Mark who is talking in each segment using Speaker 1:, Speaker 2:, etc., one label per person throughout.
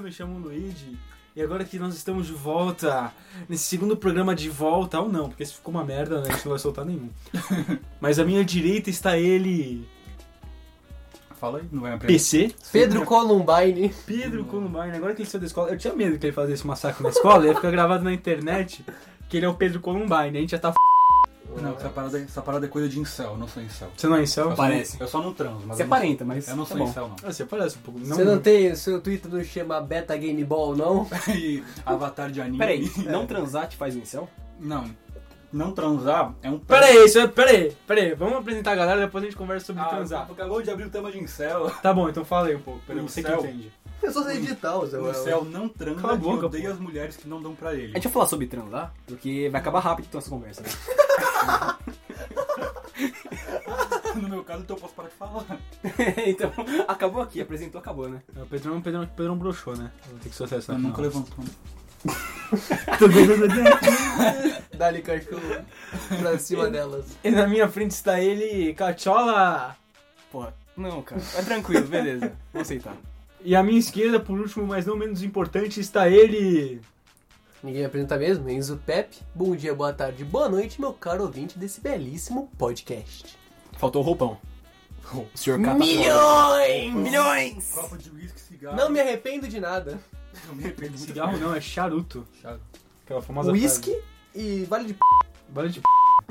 Speaker 1: me chamam Luigi. E agora que nós estamos de volta, nesse segundo programa de volta, ou não, porque se ficou uma merda, né, a gente não vai soltar nenhum. Mas à minha direita está ele,
Speaker 2: Fala aí, não é apenas.
Speaker 1: PC,
Speaker 3: Pedro Columbine.
Speaker 1: Pedro Columbine. Agora que ele saiu da escola, eu tinha medo que ele fazia esse massacre na escola, ia ficar gravado na internet que ele é o Pedro Columbine. A gente já tá f...
Speaker 2: Não, essa parada, essa parada é coisa de incel, eu não sou incel.
Speaker 1: Você não é incel?
Speaker 2: Eu só
Speaker 4: Parece.
Speaker 2: não- Eu só não transo, mas.
Speaker 4: Você
Speaker 2: eu
Speaker 4: é
Speaker 2: não-
Speaker 4: 40, mas.
Speaker 2: Eu não
Speaker 4: tá
Speaker 2: sou
Speaker 4: bom.
Speaker 2: incel, não.
Speaker 1: Ah, Você parece um pouco. Não,
Speaker 3: Você não tem, o seu Twitter não chama Beta Game Ball, não?
Speaker 2: E avatar de anime.
Speaker 4: Peraí, não transar te faz incel?
Speaker 2: Não. Não transar é um.
Speaker 1: Pera aí, isso é- pera aí, pera aí. Vamos apresentar a galera, depois a gente conversa sobre
Speaker 2: Ah,
Speaker 1: transar.
Speaker 2: Acabou de abrir o tema de incel.
Speaker 1: Tá bom, então fala aí um pouco. Peraí,
Speaker 2: O
Speaker 1: você que
Speaker 2: céu.
Speaker 1: entende.
Speaker 3: Eu sou digital,
Speaker 2: O incel não transa
Speaker 1: Cala a boca,
Speaker 2: e odeia as mulheres que não dão pra ele.
Speaker 4: A gente vai falar sobre transar, porque vai acabar rápido então essa conversa. né?
Speaker 2: No meu caso, então eu posso parar de falar.
Speaker 4: então, acabou aqui, apresentou, acabou, né?
Speaker 1: É, O Pedrão, o Pedrão, o Pedrão broxou, né? Vou ter que sucesso
Speaker 2: Eu nunca levanto.
Speaker 3: Dá-lhe cachorro pra cima delas.
Speaker 1: E na minha frente está ele, Cachola.
Speaker 4: Porra, não, cara. É tranquilo, beleza. Vou aceitar.
Speaker 1: E à minha esquerda, por último, mas não menos importante, está ele.
Speaker 3: Ninguém apresenta mesmo? Enzo Pepe. Bom dia, boa tarde, boa noite, meu caro ouvinte desse belíssimo podcast.
Speaker 4: Faltou o roupão. O senhor K tá
Speaker 3: Milhões!
Speaker 4: Milhões!
Speaker 2: Copo de uísque, cigarro.
Speaker 3: Não me arrependo de nada.
Speaker 2: Eu me arrependo muito.
Speaker 1: Cigarro não, é charuto.
Speaker 2: Chato.
Speaker 1: Aquela famosa. frase.
Speaker 3: Whisky e vale de p.
Speaker 1: Bala de p.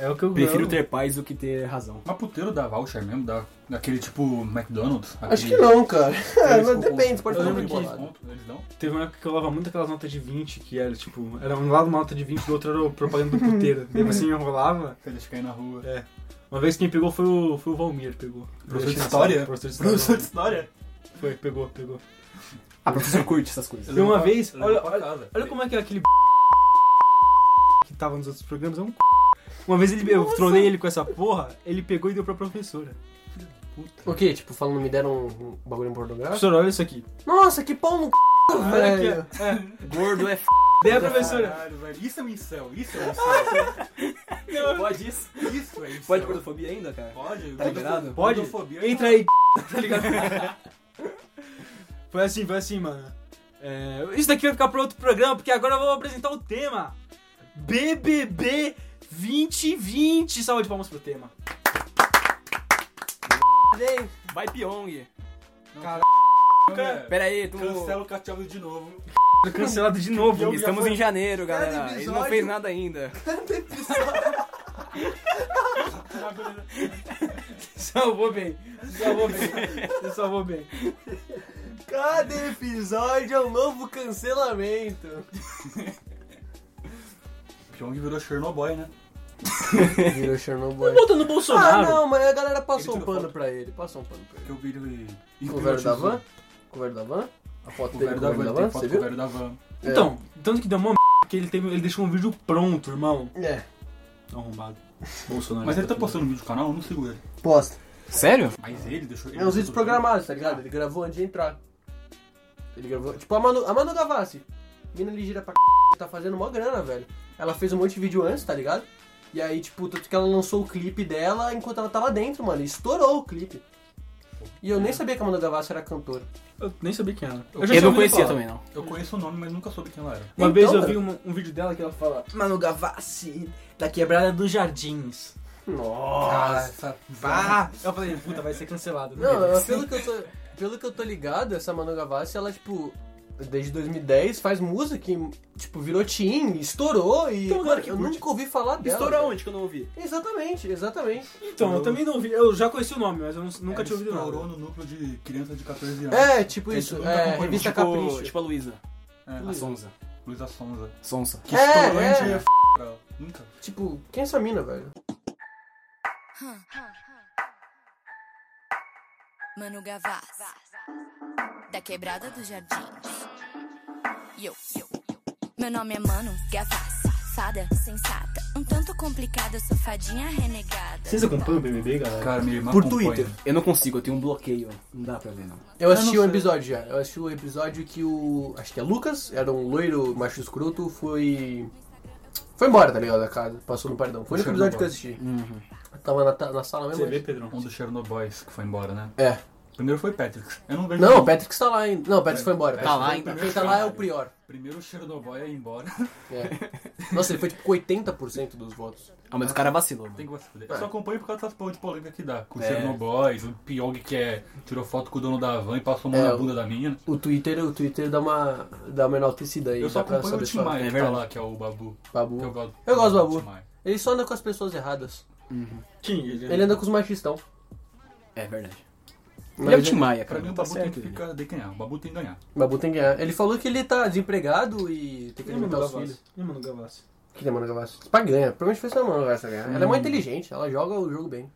Speaker 1: É o que eu
Speaker 4: Prefiro
Speaker 1: eu-
Speaker 4: ter paz do que ter razão.
Speaker 2: Mas puteiro dá voucher mesmo? Dá, daquele tipo McDonald's?
Speaker 3: Acho que não, cara.
Speaker 2: Aquele-
Speaker 3: É, Mas depende, pode
Speaker 1: Eu
Speaker 3: fazer
Speaker 1: lembro
Speaker 3: um muito
Speaker 1: que-
Speaker 3: bolado.
Speaker 2: Desconto, Eles dão?
Speaker 1: Teve uma época que eu lava muito aquelas notas de 20, que era tipo. Era um lado uma nota de 20, do outro era o propaganda do puteiro. Daí você enrolava.
Speaker 2: Você deixa cair na rua.
Speaker 1: É. Uma vez quem pegou foi o, foi o Valmir, pegou.
Speaker 2: Professor de
Speaker 1: Deixa na
Speaker 2: história?
Speaker 1: sala, Professor de história.
Speaker 2: Professor de história?
Speaker 1: Foi, pegou, pegou.
Speaker 4: A professora curte essas coisas.
Speaker 1: Tem uma vez- olha-
Speaker 2: casa.
Speaker 1: Olha como é que é aquele b... que tava nos outros programas, é um c... Uma vez ele, eu trolei ele com essa porra, ele pegou e deu pra professora.
Speaker 3: O que? Tipo, falando, me deram um bagulho em pornográfico?
Speaker 1: Professora, olha isso aqui.
Speaker 3: Nossa, que
Speaker 4: Ah,
Speaker 3: pau no c,
Speaker 1: Olha aqui,
Speaker 3: velho.
Speaker 1: ó. É.
Speaker 4: Gordo é f.
Speaker 1: Dei a professora.
Speaker 2: Caralho, velho. Isso é um incel, isso é um incel.
Speaker 4: Pode isso?
Speaker 2: isso é incel.
Speaker 4: Pode gordofobia ainda, cara?
Speaker 2: Pode?
Speaker 4: Tá liberado?
Speaker 1: Pode?
Speaker 2: Gordofobia.
Speaker 1: Entra aí, tá ligado? Foi assim, foi assim, mano. É, isso daqui vai ficar pra outro programa, porque agora eu vou apresentar o tema. BBB 2020. Salva de palmas pro tema.
Speaker 4: Vai Pyong.
Speaker 2: Não, cara.
Speaker 4: Pera aí, tu.
Speaker 2: Cancela o Catialdo de novo.
Speaker 1: Foi cancelado de novo.
Speaker 2: Eu-
Speaker 4: Estamos em janeiro,
Speaker 3: Cada
Speaker 4: galera. Ele não
Speaker 3: episódio-
Speaker 4: fez nada ainda.
Speaker 1: Salvou bem. Salvou bem. Você salvou bem.
Speaker 3: Cada episódio é um novo cancelamento.
Speaker 2: Pyong virou Chernobyl, né?
Speaker 3: Virou Chernobyl.
Speaker 1: Voltando no
Speaker 3: Ah,
Speaker 1: Bolsonaro.
Speaker 3: não, mas a galera passou
Speaker 2: Ele
Speaker 3: um
Speaker 2: tirou
Speaker 3: pano
Speaker 2: foto.
Speaker 3: pra ele. Passou um pano pra ele.
Speaker 2: Que eu vi ele...
Speaker 3: Com o velho da van? Com o velho da van? A foto
Speaker 2: O
Speaker 3: dele
Speaker 2: velho
Speaker 3: com
Speaker 2: da
Speaker 3: o
Speaker 2: van,
Speaker 3: velho da
Speaker 2: tem
Speaker 3: van?
Speaker 2: foto
Speaker 3: Você
Speaker 2: do
Speaker 3: viu?
Speaker 2: velho da van.
Speaker 1: Então, tanto que deu uma m... que ele, teve, ele deixou um vídeo pronto, irmão.
Speaker 4: Então.
Speaker 3: É.
Speaker 1: Arrombado. Bolsonaro.
Speaker 2: Mas ele tá postando vídeo no canal, eu não sigo ele.
Speaker 3: Posta.
Speaker 4: Sério?
Speaker 2: Mas ele deixou... ele
Speaker 3: É
Speaker 2: deixou
Speaker 3: uns vídeos
Speaker 2: tudo.
Speaker 3: programados, tá ligado? Ele gravou antes de entrar. Ele gravou. Tipo, a Manu, a Manu Gavassi. Mina ligeira pra c... Tá fazendo mó grana, velho. Ela fez um monte de vídeo antes, tá ligado? E aí, tipo, tanto que ela lançou o clipe dela enquanto ela tava dentro, mano. E estourou o clipe. E eu nem sabia que a Manu Gavassi era cantora.
Speaker 1: Eu nem sabia quem era.
Speaker 2: Eu
Speaker 4: Eu
Speaker 1: tinha
Speaker 4: não
Speaker 1: ouvido
Speaker 4: conhecia
Speaker 1: falar.
Speaker 4: também, não.
Speaker 2: Eu conheço o nome, mas nunca soube quem ela era.
Speaker 1: Uma
Speaker 3: Então,
Speaker 1: vez eu
Speaker 3: mano.
Speaker 1: vi um, um vídeo dela que ela fala Manu Gavassi da quebrada dos jardins.
Speaker 3: Nossa.
Speaker 1: Vá! Eu falei, puta, vai ser cancelado.
Speaker 3: Não, eu- pelo que, eu tô, pelo que eu tô ligado, essa Manu Gavassi, ela, tipo, desde 2010 faz música e, tipo, virou teen, estourou
Speaker 1: um
Speaker 3: e.
Speaker 4: Então, galera que
Speaker 3: eu
Speaker 4: curte.
Speaker 3: nunca ouvi falar dela.
Speaker 4: Estoura
Speaker 3: velho.
Speaker 4: onde que eu não ouvi?
Speaker 3: Exatamente, exatamente.
Speaker 1: Então, eu também não vi. Eu já conheci o nome, mas eu não- nunca
Speaker 2: Ela
Speaker 1: tinha ouvido nada.
Speaker 2: Estourou no núcleo de criança de 14 anos.
Speaker 3: É, tipo
Speaker 2: Eu
Speaker 3: isso,
Speaker 2: nunca
Speaker 3: é,
Speaker 2: acompanho,
Speaker 3: revista
Speaker 4: tipo,
Speaker 3: Capricho.
Speaker 4: Tipo a Luísa.
Speaker 2: É,
Speaker 4: A Sonza.
Speaker 2: Luísa Sonza.
Speaker 4: Sonsa.
Speaker 2: Que
Speaker 3: É,
Speaker 2: estourou
Speaker 3: é.
Speaker 2: a gente ia f*** pra ela. Nunca.
Speaker 3: tipo, quem é essa mina, velho?
Speaker 5: Mano Gavaz, da Quebrada dos Jardins. Yo, yo, yo. Meu nome é Mano Gavaz, safada, sensata. Um tanto complicada, safadinha renegada.
Speaker 1: Vocês acompanham o BBB, galera?
Speaker 2: Cara, minha irmã
Speaker 3: Por
Speaker 2: acompanha.
Speaker 3: Twitter.
Speaker 4: Eu não consigo, eu tenho um bloqueio. Não dá pra ver, não.
Speaker 3: Eu assisti
Speaker 2: não
Speaker 3: um
Speaker 2: sei.
Speaker 3: episódio já. Eu assisti o episódio que o. Acho que é Lucas, era um loiro macho escroto, foi. Foi embora, tá ligado? Da casa, passou no paredão. Foi o único
Speaker 2: Chernobyl.
Speaker 3: Uhum. episódio que eu assisti. Tava na, ta- na sala mesmo.
Speaker 1: Você vê,
Speaker 3: mas-
Speaker 1: Pedrão?
Speaker 2: Um dos Chernobyls que foi embora, né?
Speaker 3: É.
Speaker 2: Primeiro foi Patrick. Eu não vejo.
Speaker 3: Não, o Patrick tá lá ainda. Não, o Patrick
Speaker 2: É.
Speaker 3: foi embora.
Speaker 2: Tá lá
Speaker 3: Patrick-
Speaker 2: ainda.
Speaker 3: Quem tá lá é o Prior.
Speaker 2: Primeiro o Chernobyl é ir embora.
Speaker 3: É. Nossa, ele foi tipo com 80% dos votos.
Speaker 4: Ah, mas o cara vacilou, mano.
Speaker 2: Tem que você fazer.
Speaker 3: É.
Speaker 2: Eu só acompanho por causa dessas porra de polêmica que dá. Com o Chernobyl, o Pyong que é, tirou foto com o dono da van e passou a mão
Speaker 3: É,
Speaker 2: na
Speaker 3: o-
Speaker 2: bunda da menina.
Speaker 3: O Twitter, o Twitter dá uma, dá uma enaltecida aí.
Speaker 2: Eu só
Speaker 3: dá pra
Speaker 2: acompanho o
Speaker 3: saber
Speaker 2: Tim
Speaker 3: só.
Speaker 2: Maia
Speaker 4: É
Speaker 2: que tá
Speaker 4: verdade.
Speaker 2: lá, que é o Babu.
Speaker 3: Babu.
Speaker 2: Que gosto,
Speaker 3: Eu gosto do Babu.
Speaker 2: Tim Maia.
Speaker 3: Ele só anda com as pessoas erradas.
Speaker 1: Quem? Ele,
Speaker 3: Ele anda com os machistão.
Speaker 4: É verdade.
Speaker 3: Mas
Speaker 4: Ele é o Tim Maia,
Speaker 2: Pra
Speaker 4: cara.
Speaker 2: mim o
Speaker 4: tá
Speaker 2: Babu tem
Speaker 4: certo
Speaker 2: que
Speaker 4: ele.
Speaker 2: ficar de ganhar. O Babu tem que ganhar.
Speaker 3: Babu tem que ganhar. Ele falou que ele tá desempregado e tem que
Speaker 1: E o Manu
Speaker 3: alimentar os
Speaker 1: Gavassi?
Speaker 3: filhos.
Speaker 1: E o Manu Gavassi?
Speaker 3: Que demanda Gavassi? Pra ganha. Provavelmente foi sua mão Gavassi ganhar.
Speaker 4: Hum.
Speaker 3: Ela é muito inteligente, ela joga o jogo bem.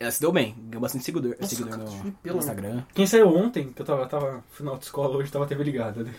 Speaker 4: Ela se deu bem, ganhou bastante seguidor, seguidor
Speaker 3: cara,
Speaker 4: no,
Speaker 3: que
Speaker 4: no
Speaker 3: pelo-
Speaker 4: Instagram.
Speaker 1: Quem saiu ontem, que eu tava, tava final de escola hoje, tava TV ligada, né?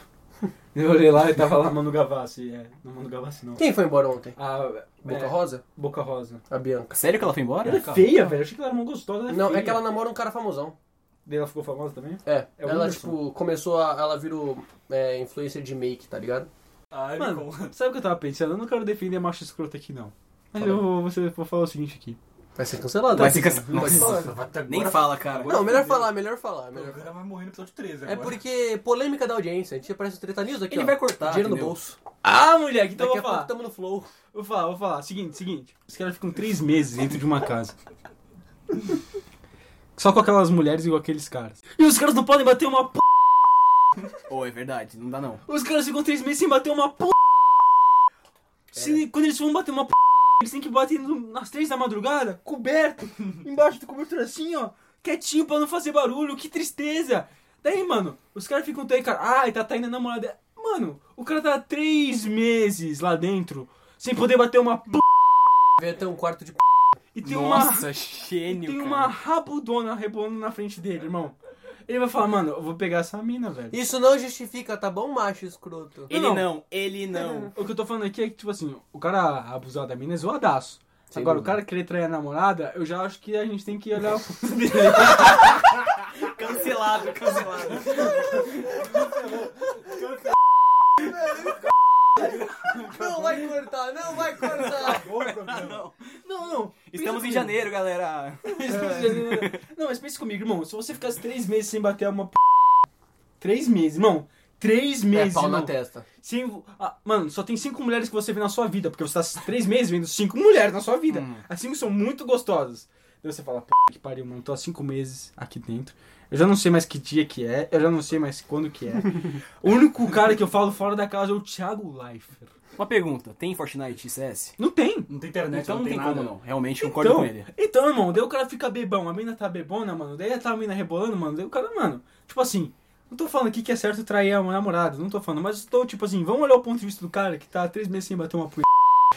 Speaker 1: Eu olhei lá e tava lá Manu Gavassi. É, não Manu Gavassi não.
Speaker 3: Quem foi embora ontem?
Speaker 1: A
Speaker 3: Boca
Speaker 1: é,
Speaker 3: Rosa?
Speaker 1: Boca Rosa.
Speaker 3: A Bianca.
Speaker 4: Sério que ela foi embora?
Speaker 1: Ela é feia, velho. Eu achei que ela era uma gostosa. Ela é
Speaker 3: Não,
Speaker 1: feia.
Speaker 3: é que ela namora um cara famosão.
Speaker 1: Daí ela ficou famosa também?
Speaker 3: É.
Speaker 1: É o
Speaker 3: ela,
Speaker 1: Whindersson.
Speaker 3: tipo, começou a. Ela virou é, influencer de make, tá ligado?
Speaker 2: Ah, ele
Speaker 1: Mano, sabe o que eu tava pensando? Eu não quero defender macho escroto aqui, não. Mas eu vou, você, vou falar o seguinte aqui.
Speaker 3: Vai ser cancelado.
Speaker 4: Vai ser cansa-
Speaker 3: Pode falar.
Speaker 4: Nem fala, cara.
Speaker 3: Não, melhor falar, melhor falar.
Speaker 2: O
Speaker 3: Melhor falar.
Speaker 2: cara vai morrer no episódio 13
Speaker 3: É
Speaker 2: agora.
Speaker 3: porque polêmica da audiência. A gente aparece no Treta News aqui.
Speaker 4: Ele
Speaker 3: ó.
Speaker 4: vai cortar,
Speaker 3: Dinheiro no
Speaker 4: entendeu?
Speaker 3: bolso.
Speaker 1: Ah, moleque, então
Speaker 3: Daqui a
Speaker 1: vou
Speaker 3: pouco
Speaker 1: falar.
Speaker 3: tamo no flow.
Speaker 1: Vou falar, vou falar. Seguinte, seguinte. Os caras ficam três meses dentro de uma casa. Só com aquelas mulheres igual aqueles caras. E os caras não podem bater uma p.
Speaker 4: Ô, é verdade, não dá não.
Speaker 1: Os caras ficam três meses sem bater uma p.
Speaker 4: É.
Speaker 1: Se, quando eles vão bater uma p. Eles têm que bater no- nas três da madrugada, coberto, embaixo do cobertor assim, ó. Quietinho pra não fazer barulho, que tristeza. Daí, mano, os caras ficam até, cara. Ai, tá traindo a namorada. dela." Mano, o cara tá três meses lá dentro, sem poder bater uma p.
Speaker 3: Vem até um quarto de p.
Speaker 1: E tem uma
Speaker 4: Nossa, gênio,
Speaker 1: Tem
Speaker 4: cara.
Speaker 1: uma rabudona rebolando na frente dele, irmão. Ele vai falar, mano, eu vou pegar essa mina, velho.
Speaker 3: Isso não justifica, tá bom, macho escroto?
Speaker 4: Ele
Speaker 1: Não.
Speaker 4: não. ele não.
Speaker 1: O que eu tô falando aqui é que, tipo assim, o cara abusar da mina é zoadaço.
Speaker 3: Sem
Speaker 1: Agora,
Speaker 3: dúvida.
Speaker 1: o cara querer trair a namorada, eu já acho que a gente tem que olhar o ponto dele.
Speaker 4: Cancelado, cancelado.
Speaker 3: Não vai cortar, não vai cortar.
Speaker 1: Não, não.
Speaker 4: Estamos
Speaker 1: pensa
Speaker 4: em
Speaker 1: comigo.
Speaker 4: janeiro, galera.
Speaker 1: Não, mas pensa comigo, irmão. Se você ficasse três meses sem bater uma p... Três meses, irmão. Três
Speaker 3: É
Speaker 1: meses,
Speaker 3: pau
Speaker 1: irmão.
Speaker 3: na testa.
Speaker 1: Sem- ah, mano, só tem cinco mulheres que você vê na sua vida, porque você tá três meses vendo cinco mulheres na sua vida. As cinco são muito gostosas. Daí você fala, p que pariu, mano, tô há cinco meses aqui dentro. Eu já não sei mais que dia que é, eu já não sei mais quando que é. o único cara que eu falo fora da casa é o Thiago Leifert.
Speaker 4: Uma pergunta, tem Fortnite e CS?
Speaker 1: Não tem.
Speaker 2: Não tem internet,
Speaker 4: Então não tem
Speaker 2: nada.
Speaker 4: como não, realmente concordo
Speaker 1: Então,
Speaker 4: com ele.
Speaker 1: então, irmão, daí o cara fica bebão, a mina tá bebona, mano, daí tá a mina rebolando, mano, daí o cara, mano, tipo assim, não tô falando aqui que é certo trair a namorada, não tô falando, mas tô, tipo assim, vamos olhar o ponto de vista do cara que tá há três meses sem bater uma punha.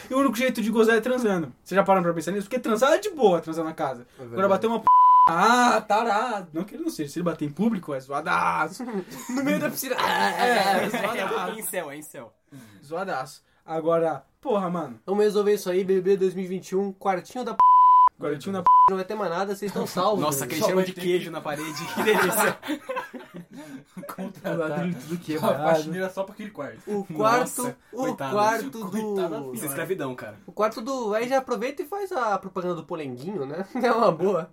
Speaker 1: E o único jeito de gozar é transando. Vocês já pararam pra pensar nisso? Porque transar é de boa, transar na casa.
Speaker 4: É
Speaker 1: Agora bater uma p... Ah, tarado. Não que ele não seja, se ele bater em público é zoadaço.
Speaker 3: No meio da piscina.
Speaker 1: É,
Speaker 4: É,
Speaker 1: zoadaço.
Speaker 4: em céu, é em céu.
Speaker 1: zoadaço. Agora, porra, mano,
Speaker 3: Vamos resolver isso aí, bebê 2021, quartinho da p.
Speaker 1: agora eu tinha um
Speaker 4: É
Speaker 1: na p...
Speaker 3: Não vai ter mais nada, vocês estão salvos.
Speaker 4: Nossa,
Speaker 3: que
Speaker 4: aquele cheiro de queijo na parede, que delícia.
Speaker 2: Contratar
Speaker 1: tudo que é
Speaker 2: uma
Speaker 1: errado.
Speaker 2: faxineira só pra aquele quarto.
Speaker 3: O quarto,
Speaker 4: Nossa,
Speaker 3: o
Speaker 4: coitado.
Speaker 3: quarto do...
Speaker 2: Coitada
Speaker 4: Isso é
Speaker 2: Nossa.
Speaker 4: escravidão, cara.
Speaker 3: O quarto do... Aí já aproveita e faz a propaganda do polenguinho, né? É uma boa.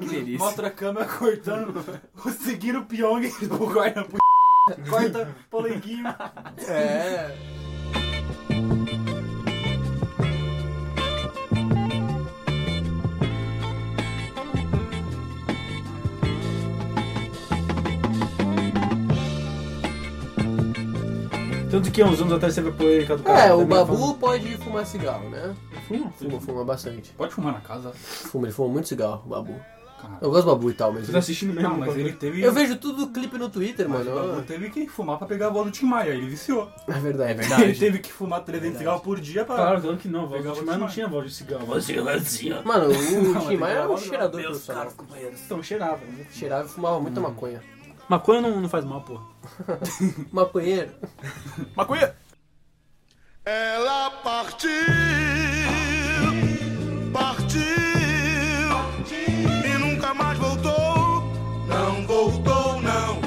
Speaker 4: Que delícia.
Speaker 2: Mostra a câmera cortando, seguir o Pyong do guarda pro Corta polenguinho.
Speaker 3: É.
Speaker 1: Tanto que há uns anos atrás teve a polêmica do cara.
Speaker 3: É,
Speaker 1: da
Speaker 3: o
Speaker 1: mina
Speaker 3: Babu
Speaker 1: falando-
Speaker 3: pode fumar cigarro, né?
Speaker 1: Fuma?
Speaker 3: Fuma, fuma bastante.
Speaker 2: Pode fumar na casa?
Speaker 3: Fuma, ele fuma muito cigarro, o Babu.
Speaker 2: Caralho.
Speaker 3: Eu gosto do Babu e tal, mas...
Speaker 1: Você tá assistindo mesmo?
Speaker 2: Não, mas ele teve.
Speaker 3: Eu vejo tudo o clipe no Twitter,
Speaker 2: Mas
Speaker 3: mano.
Speaker 2: o Babu teve que fumar pra pegar a bola do Tim Maia, ele viciou. É
Speaker 3: É verdade. É
Speaker 2: Ele teve que fumar 300 cigarros por dia pra.
Speaker 1: Claro, claro que não, voz de
Speaker 2: Pegava
Speaker 1: mas não
Speaker 2: demais.
Speaker 1: tinha voz de cigarro.
Speaker 3: Mano, o
Speaker 2: mas
Speaker 3: Tim Maia
Speaker 2: ele
Speaker 3: era um
Speaker 2: gravava,
Speaker 3: cheirador profissional.
Speaker 1: Então, cheirava. né?
Speaker 3: Cheirava e fumava muita maconha.
Speaker 1: Maconha não, não faz mal, porra.
Speaker 3: Maconheiro?
Speaker 4: Maconha!
Speaker 6: Ela partiu, partiu e nunca mais voltou. Não voltou, não.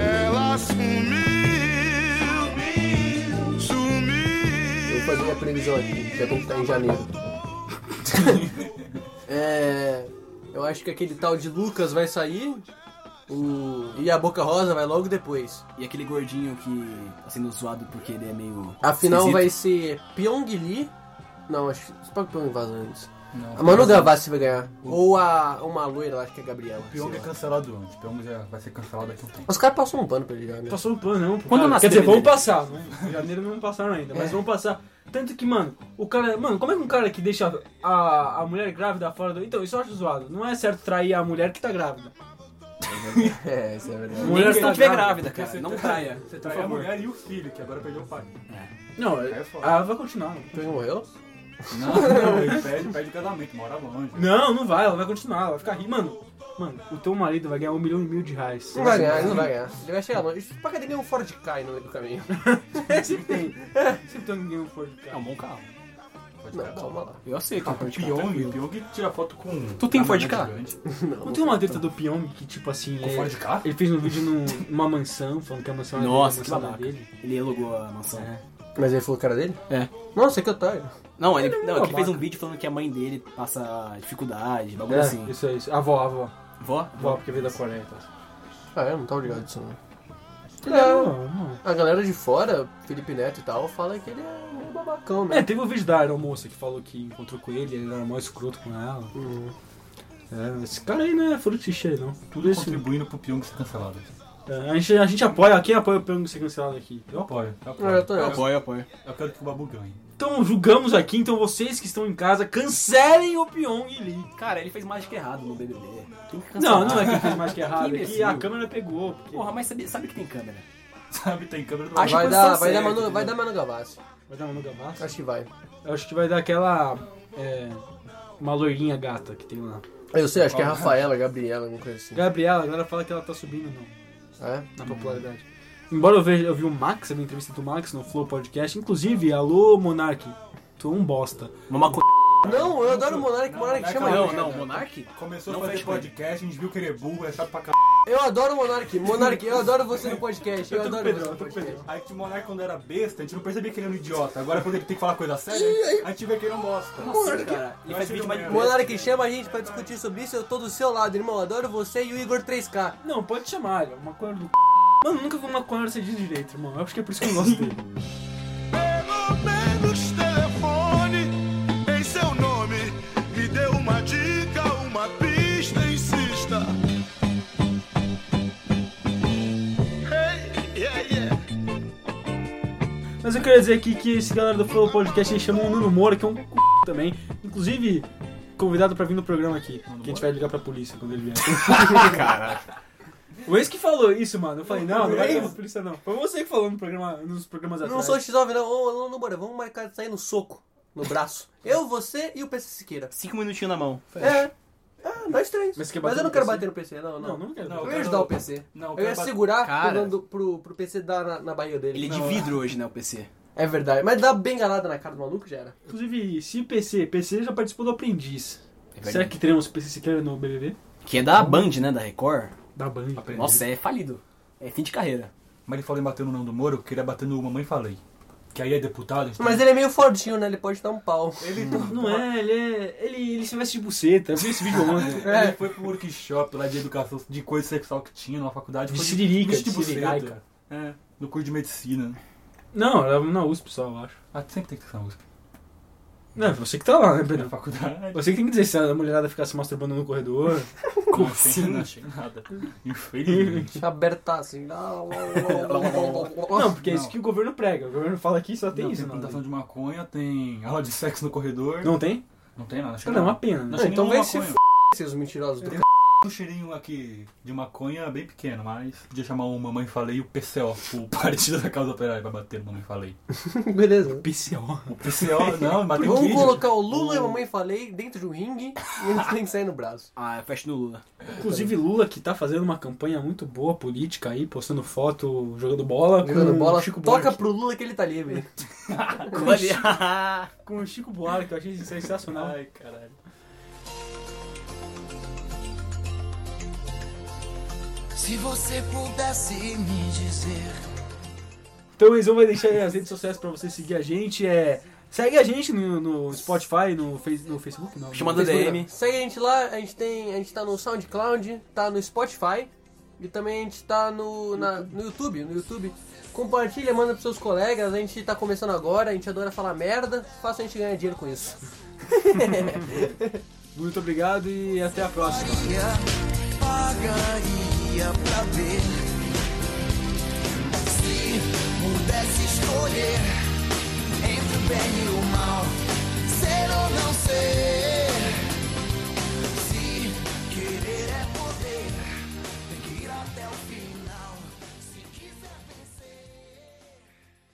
Speaker 6: Ela sumiu,
Speaker 3: Eu vou
Speaker 6: sumiu.
Speaker 3: fazer minha previsão aqui, já como tá em janeiro. é. Eu acho que aquele tal de Lucas vai sair. O... E a Boca Rosa vai logo depois.
Speaker 7: E aquele gordinho que tá sendo zoado porque ele é meio.
Speaker 3: A final
Speaker 7: esquisito.
Speaker 3: vai ser Pyong Lee. Não, acho que. Você pode pôr um vaso antes.
Speaker 2: Não,
Speaker 3: A Manu Gavassi vai Hum. ganhar. Ou a uma loira, acho que é a Gabriela.
Speaker 2: O Pyong
Speaker 3: sei
Speaker 2: é
Speaker 3: lá.
Speaker 2: cancelado antes. O Pyong já vai ser cancelado daqui a um tempo.
Speaker 3: Os caras passam um pano pra ele já, né?
Speaker 1: Passou o plano, não. pô.
Speaker 7: Quando nasceu
Speaker 1: Quer dizer,
Speaker 7: ele-
Speaker 1: vão passar, né? Em janeiro não passaram ainda, mas vão passar. Tanto que, mano, o cara. Mano, como é que um cara que deixa a, a mulher grávida fora do. Então, isso eu acho zoado. Não é certo trair a mulher que tá grávida.
Speaker 3: É, isso é verdade.
Speaker 1: Mulher
Speaker 7: Mulher se
Speaker 1: tá
Speaker 7: não tiver grávida,
Speaker 1: grávida,
Speaker 7: cara.
Speaker 4: tá,
Speaker 7: Não traia.
Speaker 2: Você
Speaker 7: Por
Speaker 4: é um
Speaker 2: traiu a
Speaker 7: favor.
Speaker 2: mulher e o filho, que agora perdeu o pai.
Speaker 1: Não,
Speaker 2: É foda.
Speaker 1: ela vai continuar. mano.
Speaker 3: Pyong morreu?
Speaker 2: Não, não, ele perde, perde o casamento, mora longe.
Speaker 1: Não, não vai, ela vai continuar, ela vai ficar rindo. Mano, mano, o teu marido vai ganhar um milhão e mil de reais.
Speaker 3: Não vai ganhar, ele não vai ganhar. Ele vai chegar longe. Pra cadê nenhum um Ford cai no meio do caminho?
Speaker 1: Sempre tem. Sempre tem ninguém for de
Speaker 7: É
Speaker 1: carro.
Speaker 7: um bom carro.
Speaker 2: Pode
Speaker 3: Não,
Speaker 2: ficar
Speaker 3: calma lá.
Speaker 7: Eu aceito.
Speaker 2: O
Speaker 4: tipo,
Speaker 2: Pyong, o Pyong tira foto com.
Speaker 7: Tu tem
Speaker 2: com a
Speaker 7: Ford
Speaker 2: mulher
Speaker 7: Ka?
Speaker 2: gigante.
Speaker 1: Não tem uma treta do Pyong que, tipo assim.
Speaker 2: Com
Speaker 1: é-
Speaker 2: Ford Ka?
Speaker 1: Ele fez um vídeo num- numa mansão, falando que a mansão era
Speaker 7: Nossa, que
Speaker 1: dele, a mansão
Speaker 7: babaca.
Speaker 1: era dele. É.
Speaker 7: Ele alugou a mansão.
Speaker 3: Mas ele falou o cara dele?
Speaker 7: É.
Speaker 3: Nossa, que otário.
Speaker 7: Não, ele, não, é que
Speaker 1: babaca.
Speaker 7: ele fez um vídeo falando que a mãe dele passa dificuldade, bagulho
Speaker 1: É,
Speaker 7: assim.
Speaker 1: isso é isso. Avó, avó.
Speaker 7: Vó?
Speaker 1: Vó, porque veio da Coreia então. e tal.
Speaker 3: Ah, eu não tava ligado disso, não.
Speaker 1: é
Speaker 3: Não,
Speaker 1: Não, não.
Speaker 3: é um- a galera de fora, Felipe Neto e tal, fala que ele é meio babacão,
Speaker 1: É,
Speaker 3: né?
Speaker 1: teve o vídeo da aeromoça que falou que encontrou com ele, ele era mó escroto com ela.
Speaker 3: Hum.
Speaker 1: É, esse cara aí não é furo de xixi, não. Tudo
Speaker 2: Tudo
Speaker 1: isso.
Speaker 2: contribuindo pro Pyong ser cancelado.
Speaker 1: É, a, gente, a gente apoia, quem apoia o Pyong ser cancelado aqui?
Speaker 2: Eu apoio, eu
Speaker 3: Ah, eu
Speaker 2: apoio.
Speaker 3: tô nessa.
Speaker 7: apoio, apoio.
Speaker 2: Eu quero que o Babu ganhe.
Speaker 1: Então julgamos aqui, então vocês que estão em casa, cancelem o Pyong e Lee.
Speaker 7: Cara, ele fez mágica errada no BBB. Tem que cancelar.
Speaker 1: Não, não é que fez mais que errado,
Speaker 7: Que
Speaker 1: é que
Speaker 7: imbecil.
Speaker 1: a câmera pegou. porque-
Speaker 7: Porra, mas sabe, sabe que tem câmera.
Speaker 2: Sabe, tem câmera do
Speaker 7: Acho
Speaker 3: Vai
Speaker 7: que
Speaker 3: dar,
Speaker 7: posição
Speaker 3: vai, dar
Speaker 7: certa,
Speaker 3: Manu, vai
Speaker 7: entendeu?
Speaker 3: dar Manu Gavassi.
Speaker 1: Vai dar uma nuga massa?
Speaker 3: Acho que vai.
Speaker 1: Eu acho que vai dar aquela. É, uma loirinha gata que tem lá.
Speaker 3: Eu sei, acho que é Rafaela, Gabriela, alguma coisa assim.
Speaker 1: Gabriela, agora fala que ela tá subindo, não.
Speaker 3: É?
Speaker 1: na popularidade. Embora eu veja, eu vi o Max, a minha entrevista do Max no Flow Podcast, inclusive, alô Monark, tu é um bosta.
Speaker 7: Uma co...
Speaker 3: Não, eu adoro o Monark, o Monark
Speaker 2: Não,
Speaker 3: chama
Speaker 2: não,
Speaker 3: ele.
Speaker 2: não.
Speaker 7: Monark?
Speaker 2: Começou
Speaker 7: Não
Speaker 2: a fazer
Speaker 7: fez coisa.
Speaker 2: podcast, a gente viu que ele é burro, é chato pra c.
Speaker 3: Eu adoro o Monark, Monark, eu adoro você no podcast, eu adoro você no podcast.
Speaker 2: Aí que o Monark quando era besta, a gente não percebia que ele era um idiota. Agora quando ele tem que falar coisa séria, a gente vê que ele é um não gosta.
Speaker 7: Cara, ele
Speaker 2: Eu
Speaker 7: faz
Speaker 2: achei
Speaker 7: vídeo mais de
Speaker 2: que
Speaker 7: boa.
Speaker 3: Monark chama a gente pra discutir sobre isso, eu tô do seu lado, irmão. Adoro você e o Igor 3K.
Speaker 1: Não, pode chamar, ele é uma coisa do c... Mano, nunca vi uma coisa ser de direito, irmão. Eu acho que é por isso que eu gosto dele.
Speaker 6: Pelo menos telefone em seu nome. Me dê uma dica, uma pista, insista. Hey, yeah, yeah.
Speaker 1: Mas eu queria dizer aqui que esse galera do Flow Podcast ele chamou o Nuno Moura, que é um c... também. Inclusive, convidado pra vir no programa aqui. Que a gente vai ligar pra polícia quando ele vier. O ex que falou isso, mano. Eu falei, não, não vai ligar pra polícia, não. Foi você que falou no programa, nos programas
Speaker 3: Eu
Speaker 1: atrás.
Speaker 3: não sou X9, não. Ô, ô, não, bora, vamos marcar de sair no soco, no braço. Eu, você e o PC Siqueira.
Speaker 7: Cinco minutinhos na mão.
Speaker 3: É. Ah, nós três.
Speaker 1: Mas
Speaker 3: Mas,
Speaker 1: você quer bater
Speaker 3: eu não
Speaker 1: no
Speaker 3: quero
Speaker 1: PC?
Speaker 3: bater no PC, não, não.
Speaker 1: Não, não quero.
Speaker 2: Não,
Speaker 3: Eu
Speaker 2: eu
Speaker 3: ia
Speaker 2: quero-
Speaker 3: ajudar o PC.
Speaker 2: Não,
Speaker 3: eu ia
Speaker 2: quero bater-
Speaker 3: segurar
Speaker 7: Cara.
Speaker 3: pegando pro, pro PC dar na, na barriga dele.
Speaker 7: Ele de
Speaker 1: é.
Speaker 7: vidro hoje, né, o PC.
Speaker 3: É verdade. Mas dá bem galada na cara do maluco, já era.
Speaker 1: Inclusive, se PC, PC já participou do Aprendiz.
Speaker 7: verdade.
Speaker 1: Será que teremos PC Siqueira no BBB?
Speaker 7: Que é da Band, né, da Record.
Speaker 1: Da Band.
Speaker 2: Aprendiz.
Speaker 7: Nossa, é falido. É fim de carreira.
Speaker 2: Mas ele falou em bater no Nando Moro, eu queria bater no Mamãe Falei. Que aí é deputado, a gente
Speaker 3: Mas ele é meio fordinho, né? Ele pode dar um pau.
Speaker 2: ele, tá-
Speaker 1: Não é, ele é. Ele, ele se veste de buceta. Eu vi esse vídeo ontem.
Speaker 2: ele foi pro workshop lá de educação, de coisa sexual que tinha numa faculdade.
Speaker 1: De
Speaker 2: foi
Speaker 1: siririca,
Speaker 2: vestido
Speaker 1: de
Speaker 2: buceta.
Speaker 1: sirigaica.
Speaker 2: É, no curso de medicina.
Speaker 1: Não, era na USP só, eu acho.
Speaker 2: Ah, sempre tem que ter essa música.
Speaker 1: Não, é você que tá lá, né,
Speaker 2: Na
Speaker 1: Pedro?
Speaker 2: faculdade.
Speaker 1: Você que tem que dizer se a mulherada ficar se masturbando no corredor.
Speaker 2: Como assim? É, Não achei nada. Infelizmente.
Speaker 3: Deixa abertar assim.
Speaker 1: Não, porque é
Speaker 2: não.
Speaker 1: isso que o governo prega. O governo fala aqui só tem
Speaker 2: não, tá
Speaker 1: isso,
Speaker 2: tem
Speaker 1: não.
Speaker 2: plantação de maconha, tem aula de sexo no corredor.
Speaker 1: Não tem?
Speaker 2: Não tem nada. Acho que
Speaker 1: Cara, é uma pena, né?
Speaker 2: Não achei
Speaker 3: Então
Speaker 2: nenhuma
Speaker 3: vai se
Speaker 2: maconha.
Speaker 3: Seus mentirosos do c...
Speaker 2: um cheirinho aqui de maconha bem pequeno, mas podia chamar o Mamãe Falei e o PCO, o Partido da Casa Operária, vai bater no Mamãe Falei.
Speaker 3: Beleza.
Speaker 1: PCO.
Speaker 2: O PCO, não, bateu um
Speaker 3: Vamos
Speaker 2: vídeo.
Speaker 3: colocar o Lula e a mamãe falei dentro de um ringue e eles têm que sair no braço.
Speaker 7: Ah, é festa no Lula.
Speaker 1: Inclusive, Lula que tá fazendo uma campanha muito boa política aí, postando foto, jogando bola.
Speaker 3: Jogando
Speaker 1: com
Speaker 3: bola,
Speaker 1: o Chico
Speaker 3: Hum. toca
Speaker 1: Buarque.
Speaker 3: pro Lula que ele tá livre.
Speaker 1: Com o Chico Buarque, eu achei sensacional.
Speaker 2: Ai, caralho.
Speaker 6: Se você pudesse me dizer.
Speaker 1: Então o Enzo vai deixar aí as redes sociais pra você seguir a gente. É Segue a gente no, no Spotify, no, face, no Facebook, não. né?
Speaker 7: Chamada
Speaker 1: no Facebook,
Speaker 7: DM.
Speaker 3: Segue a gente lá, a gente tem. A gente tá no SoundCloud, tá no Spotify e também a gente tá no, na- no YouTube, no YouTube. Compartilha, manda pros seus colegas, a gente tá começando agora, a gente adora falar merda, faça a gente ganhar dinheiro com isso.
Speaker 1: não. Muito obrigado e até a próxima.
Speaker 6: pagaria pra ver. Se pudesse escolher. é